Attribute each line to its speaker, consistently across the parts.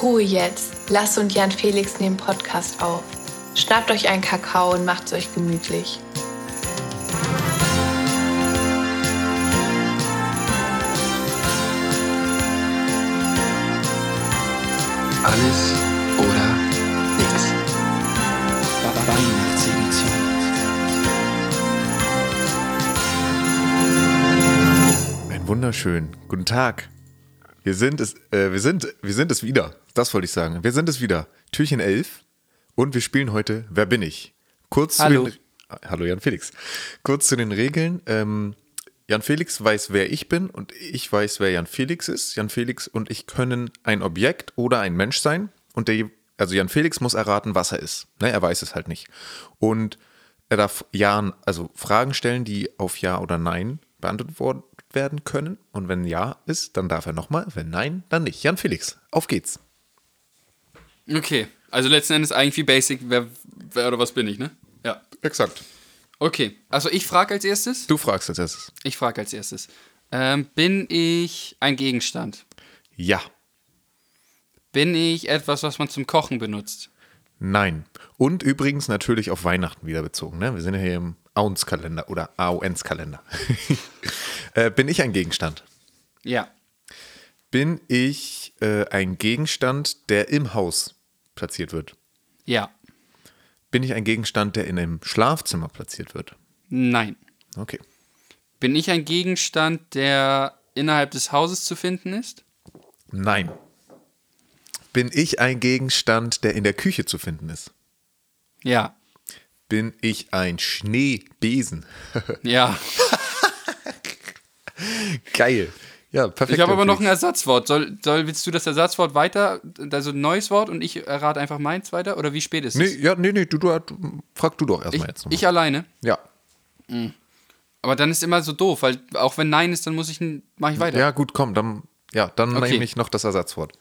Speaker 1: Ruhe jetzt. Lasst und Jan Felix nehmen Podcast auf. Schnappt euch einen Kakao und macht's euch gemütlich.
Speaker 2: Alles oder nichts.
Speaker 3: Ein wunderschön. Guten Tag. Wir sind es, äh, wir sind, wir sind es wieder. Das wollte ich sagen. Wir sind es wieder. Türchen 11 und wir spielen heute Wer bin ich? Kurz
Speaker 4: Hallo.
Speaker 3: zu den, Hallo Jan Felix. Kurz zu den Regeln. Ähm, Jan Felix weiß, wer ich bin und ich weiß, wer Jan Felix ist. Jan Felix und ich können ein Objekt oder ein Mensch sein und der, je- also Jan Felix muss erraten, was er ist. Ne, er weiß es halt nicht. Und er darf Ja, also Fragen stellen, die auf Ja oder Nein beantwortet werden können. Und wenn Ja ist, dann darf er nochmal. Wenn Nein, dann nicht. Jan Felix, auf geht's.
Speaker 4: Okay, also letzten Endes eigentlich wie basic, wer, wer oder was bin ich, ne? Ja.
Speaker 3: Exakt.
Speaker 4: Okay, also ich frage als erstes.
Speaker 3: Du fragst als erstes.
Speaker 4: Ich frage als erstes. Ähm, bin ich ein Gegenstand?
Speaker 3: Ja.
Speaker 4: Bin ich etwas, was man zum Kochen benutzt?
Speaker 3: Nein. Und übrigens natürlich auf Weihnachten wieder bezogen. Ne? Wir sind ja hier im Aunskalender oder AONs-Kalender. äh, bin ich ein Gegenstand?
Speaker 4: Ja.
Speaker 3: Bin ich äh, ein Gegenstand, der im Haus platziert wird?
Speaker 4: Ja.
Speaker 3: Bin ich ein Gegenstand, der in einem Schlafzimmer platziert wird?
Speaker 4: Nein.
Speaker 3: Okay.
Speaker 4: Bin ich ein Gegenstand, der innerhalb des Hauses zu finden ist?
Speaker 3: Nein. Bin ich ein Gegenstand, der in der Küche zu finden ist?
Speaker 4: Ja.
Speaker 3: Bin ich ein Schneebesen?
Speaker 4: Ja.
Speaker 3: Geil. Ja, perfekt.
Speaker 4: Ich habe aber noch ein
Speaker 3: natürlich.
Speaker 4: Ersatzwort. Soll, soll, willst du das Ersatzwort weiter, also ein neues Wort und ich errate einfach meins weiter? Oder wie spät ist es?
Speaker 3: Nee, ja, nee, nee, du, du, du frag du doch
Speaker 4: Ich,
Speaker 3: erstmal jetzt nochmal.
Speaker 4: ich alleine.
Speaker 3: ja.
Speaker 4: Aber dann ist immer so doof, weil auch wenn Nein ist, dann muss ich, mache ich weiter.
Speaker 3: Ja, gut, komm, dann, ja, dann
Speaker 4: Okay.
Speaker 3: nehme ich noch das Ersatzwort.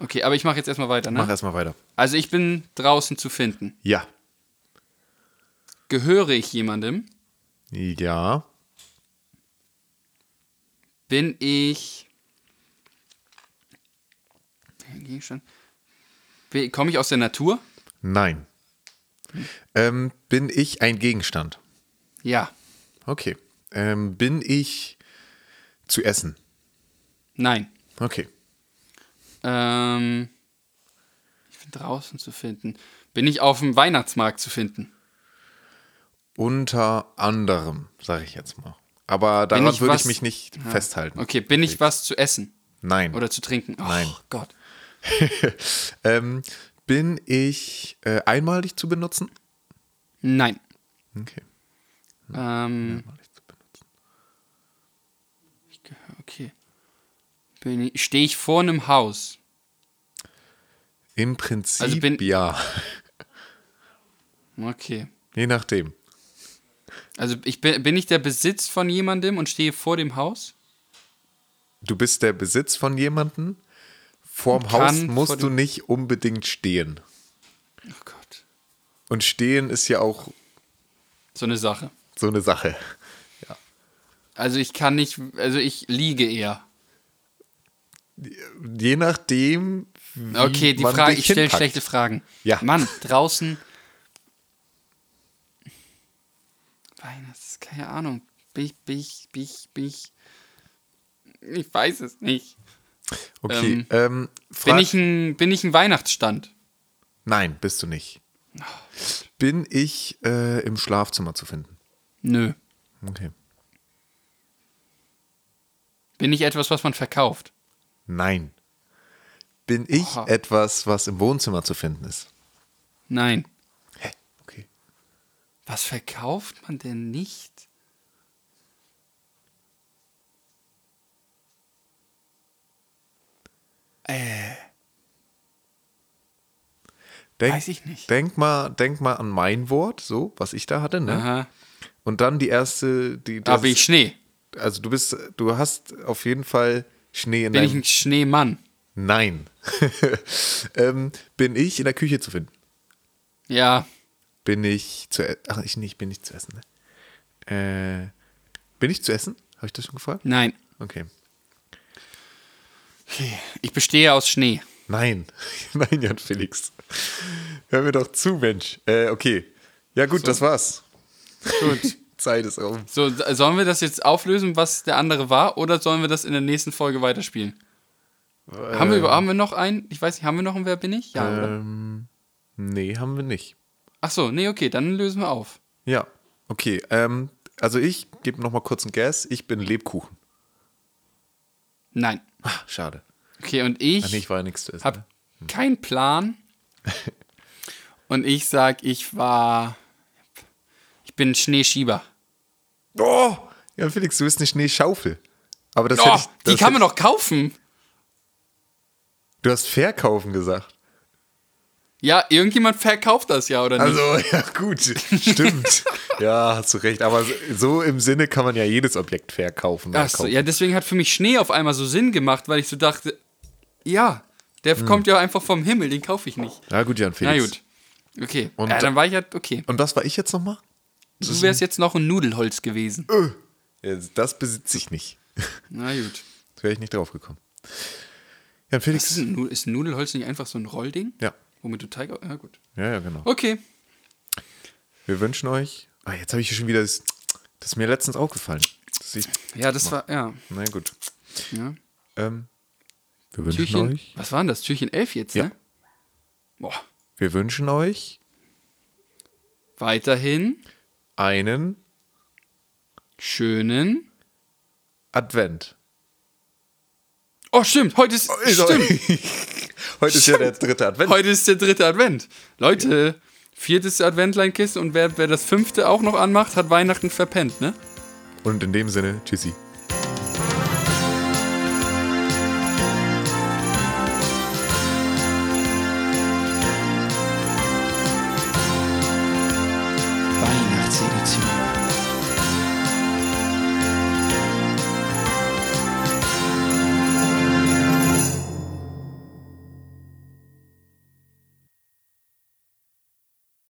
Speaker 4: Okay, aber ich mache jetzt erstmal weiter,
Speaker 3: Mach
Speaker 4: ne?
Speaker 3: erstmal weiter.
Speaker 4: Also ich bin draußen zu finden.
Speaker 3: Ja.
Speaker 4: Gehöre ich jemandem?
Speaker 3: Ja.
Speaker 4: Bin ich. Geh ich schon. Bin- Komme ich aus der Natur?
Speaker 3: Nein. Ähm, bin ich ein Gegenstand?
Speaker 4: Ja.
Speaker 3: Okay. Ähm, bin ich zu essen?
Speaker 4: Nein.
Speaker 3: Okay.
Speaker 4: Ähm, ich bin draußen zu finden. Bin ich auf dem Weihnachtsmarkt zu finden?
Speaker 3: Unter anderem, sage ich jetzt mal. Aber daran
Speaker 4: ich
Speaker 3: würde
Speaker 4: was-
Speaker 3: ich mich nicht festhalten.
Speaker 4: Okay, bin ich was zu essen
Speaker 3: Nein.
Speaker 4: oder zu trinken? Oh
Speaker 3: Nein.
Speaker 4: Gott.
Speaker 3: ähm, bin ich äh, einmalig zu benutzen?
Speaker 4: Nein.
Speaker 3: Okay.
Speaker 4: Ähm,
Speaker 3: Einmalig zu benutzen.
Speaker 4: okay. Bin ich, stehe ich vor einem Haus?
Speaker 3: Im Prinzip
Speaker 4: Also bin-
Speaker 3: ja.
Speaker 4: Okay.
Speaker 3: Je nachdem.
Speaker 4: Also ich bin, bin ich der Besitz von jemandem und stehe vor dem Haus?
Speaker 3: Du bist der Besitz von jemandem. Vorm Haus
Speaker 4: kann
Speaker 3: musst
Speaker 4: vor
Speaker 3: du
Speaker 4: dem-
Speaker 3: nicht unbedingt stehen.
Speaker 4: Oh Gott.
Speaker 3: Und stehen ist ja auch
Speaker 4: So eine Sache.
Speaker 3: so eine Sache.
Speaker 4: Also ich kann nicht, also ich liege eher.
Speaker 3: Je nachdem. Wie
Speaker 4: Okay, die
Speaker 3: man
Speaker 4: Frage,
Speaker 3: dich
Speaker 4: ich stelle
Speaker 3: hinpackt.
Speaker 4: schlechte Fragen.
Speaker 3: Ja.
Speaker 4: Mann, draußen. Weihnachts, keine Ahnung. Bin ich, bin ich, bin ich, bin ich. Ich weiß es nicht.
Speaker 3: Okay. Ähm,
Speaker 4: Bin
Speaker 3: frag-
Speaker 4: ich, ein, bin ich ein Weihnachtsstand?
Speaker 3: Nein, bist du nicht. Bin ich äh, im Schlafzimmer zu finden?
Speaker 4: Nö.
Speaker 3: Okay.
Speaker 4: Bin ich etwas, was man verkauft?
Speaker 3: Nein. Bin ich
Speaker 4: Oha.
Speaker 3: etwas, was im Wohnzimmer zu finden ist?
Speaker 4: Nein.
Speaker 3: Hä? Okay.
Speaker 4: Was verkauft man denn nicht?
Speaker 3: Denk,
Speaker 4: Weiß ich nicht.
Speaker 3: Denk mal, denk mal an mein Wort, so, was ich da hatte, ne?
Speaker 4: Aha.
Speaker 3: Und dann die erste, die
Speaker 4: Da bin ich Schnee.
Speaker 3: Also du bist, du hast auf jeden Fall Schnee in
Speaker 4: Bin ich
Speaker 3: deinem.
Speaker 4: ein Schneemann?
Speaker 3: Nein. ähm, bin ich in der Küche zu finden?
Speaker 4: Ja.
Speaker 3: Bin ich zu e- Ach, ich nicht, bin ich zu essen, ne? Äh, bin ich zu essen? Habe ich das schon gefragt?
Speaker 4: Nein.
Speaker 3: Okay.
Speaker 4: Ich bestehe aus Schnee.
Speaker 3: Nein, nein, Jan Felix. Hör mir doch zu, Mensch. Äh, okay. Ja, gut, das war's.
Speaker 4: Gut.
Speaker 3: Zeit ist um.
Speaker 4: So, so- sollen wir das jetzt auflösen, was der andere war, oder sollen wir das in der nächsten Folge weiterspielen?
Speaker 3: Äh.
Speaker 4: haben, wir, über- haben wir noch einen? Ich weiß nicht, haben wir noch einen Wer bin ich? Ja, oder?
Speaker 3: Ähm, nee, haben wir nicht.
Speaker 4: Ach so, nee, okay, dann lösen wir auf.
Speaker 3: Ja, okay. Ähm, also ich gebe nochmal kurz ein Gas. Ich bin Lebkuchen.
Speaker 4: Nein.
Speaker 3: Ah, schade.
Speaker 4: Okay, und
Speaker 3: Ah,
Speaker 4: ich
Speaker 3: nee, ich war ja nichts zu essen. ne?
Speaker 4: habe keinen Plan. und ich sag, ich war. Ich bin ein Schneeschieber.
Speaker 3: Oh! Jan Felix, du bist eine Schneeschaufel. Aber das
Speaker 4: Oh,
Speaker 3: hätte ich, das
Speaker 4: die kann man
Speaker 3: hätte-
Speaker 4: doch kaufen.
Speaker 3: Du hast verkaufen gesagt.
Speaker 4: Ja, irgendjemand verkauft das ja, oder nicht?
Speaker 3: Also, ja, gut, stimmt. ja, hast du recht. Aber so- so im Sinne kann man ja jedes Objekt verkaufen.
Speaker 4: Ach so,
Speaker 3: Verkaufen.
Speaker 4: ja, deswegen hat für mich Schnee auf einmal so Sinn gemacht, weil ich so dachte, ja, der
Speaker 3: Hm.
Speaker 4: kommt ja einfach vom Himmel, den kaufe ich nicht.
Speaker 3: Na gut, Jan
Speaker 4: Na
Speaker 3: Felix.
Speaker 4: gut. Okay.
Speaker 3: Und-
Speaker 4: ja, dann war ich halt, okay.
Speaker 3: Und was war ich jetzt nochmal?
Speaker 4: Du wärst jetzt noch ein Nudelholz gewesen.
Speaker 3: Äh. Ja, Das besitze ich nicht.
Speaker 4: Na gut.
Speaker 3: Das wäre ich nicht drauf gekommen. Jan
Speaker 4: Ist
Speaker 3: Felix.
Speaker 4: ein, Nu- ist ein Nudelholz nicht einfach so ein Rollding?
Speaker 3: Ja.
Speaker 4: Womit du Teig. Ja, gut.
Speaker 3: Ja, ja, genau.
Speaker 4: Okay.
Speaker 3: Wir wünschen euch. Ah, jetzt habe ich hier schon wieder das. Das ist mir letztens aufgefallen. Das ist,
Speaker 4: Ja, das war, ja.
Speaker 3: na gut.
Speaker 4: ja.
Speaker 3: Ähm, wir wünschen
Speaker 4: Türchen.
Speaker 3: euch.
Speaker 4: Was war denn das? Türchen 11 jetzt,
Speaker 3: Ja.
Speaker 4: ne? Boah.
Speaker 3: Wir wünschen euch
Speaker 4: Weiterhin
Speaker 3: einen
Speaker 4: schönen.
Speaker 3: Advent.
Speaker 4: Oh, stimmt. Heute ist. stimmt.
Speaker 3: Heute ist ja der dritte Advent.
Speaker 4: Heute ist der dritte Advent. Leute, viertes Adventleinkissen und wer, wer das fünfte auch noch anmacht, hat Weihnachten verpennt, ne?
Speaker 3: Und in dem Sinne, tschüssi.
Speaker 5: Weihnachtsedition.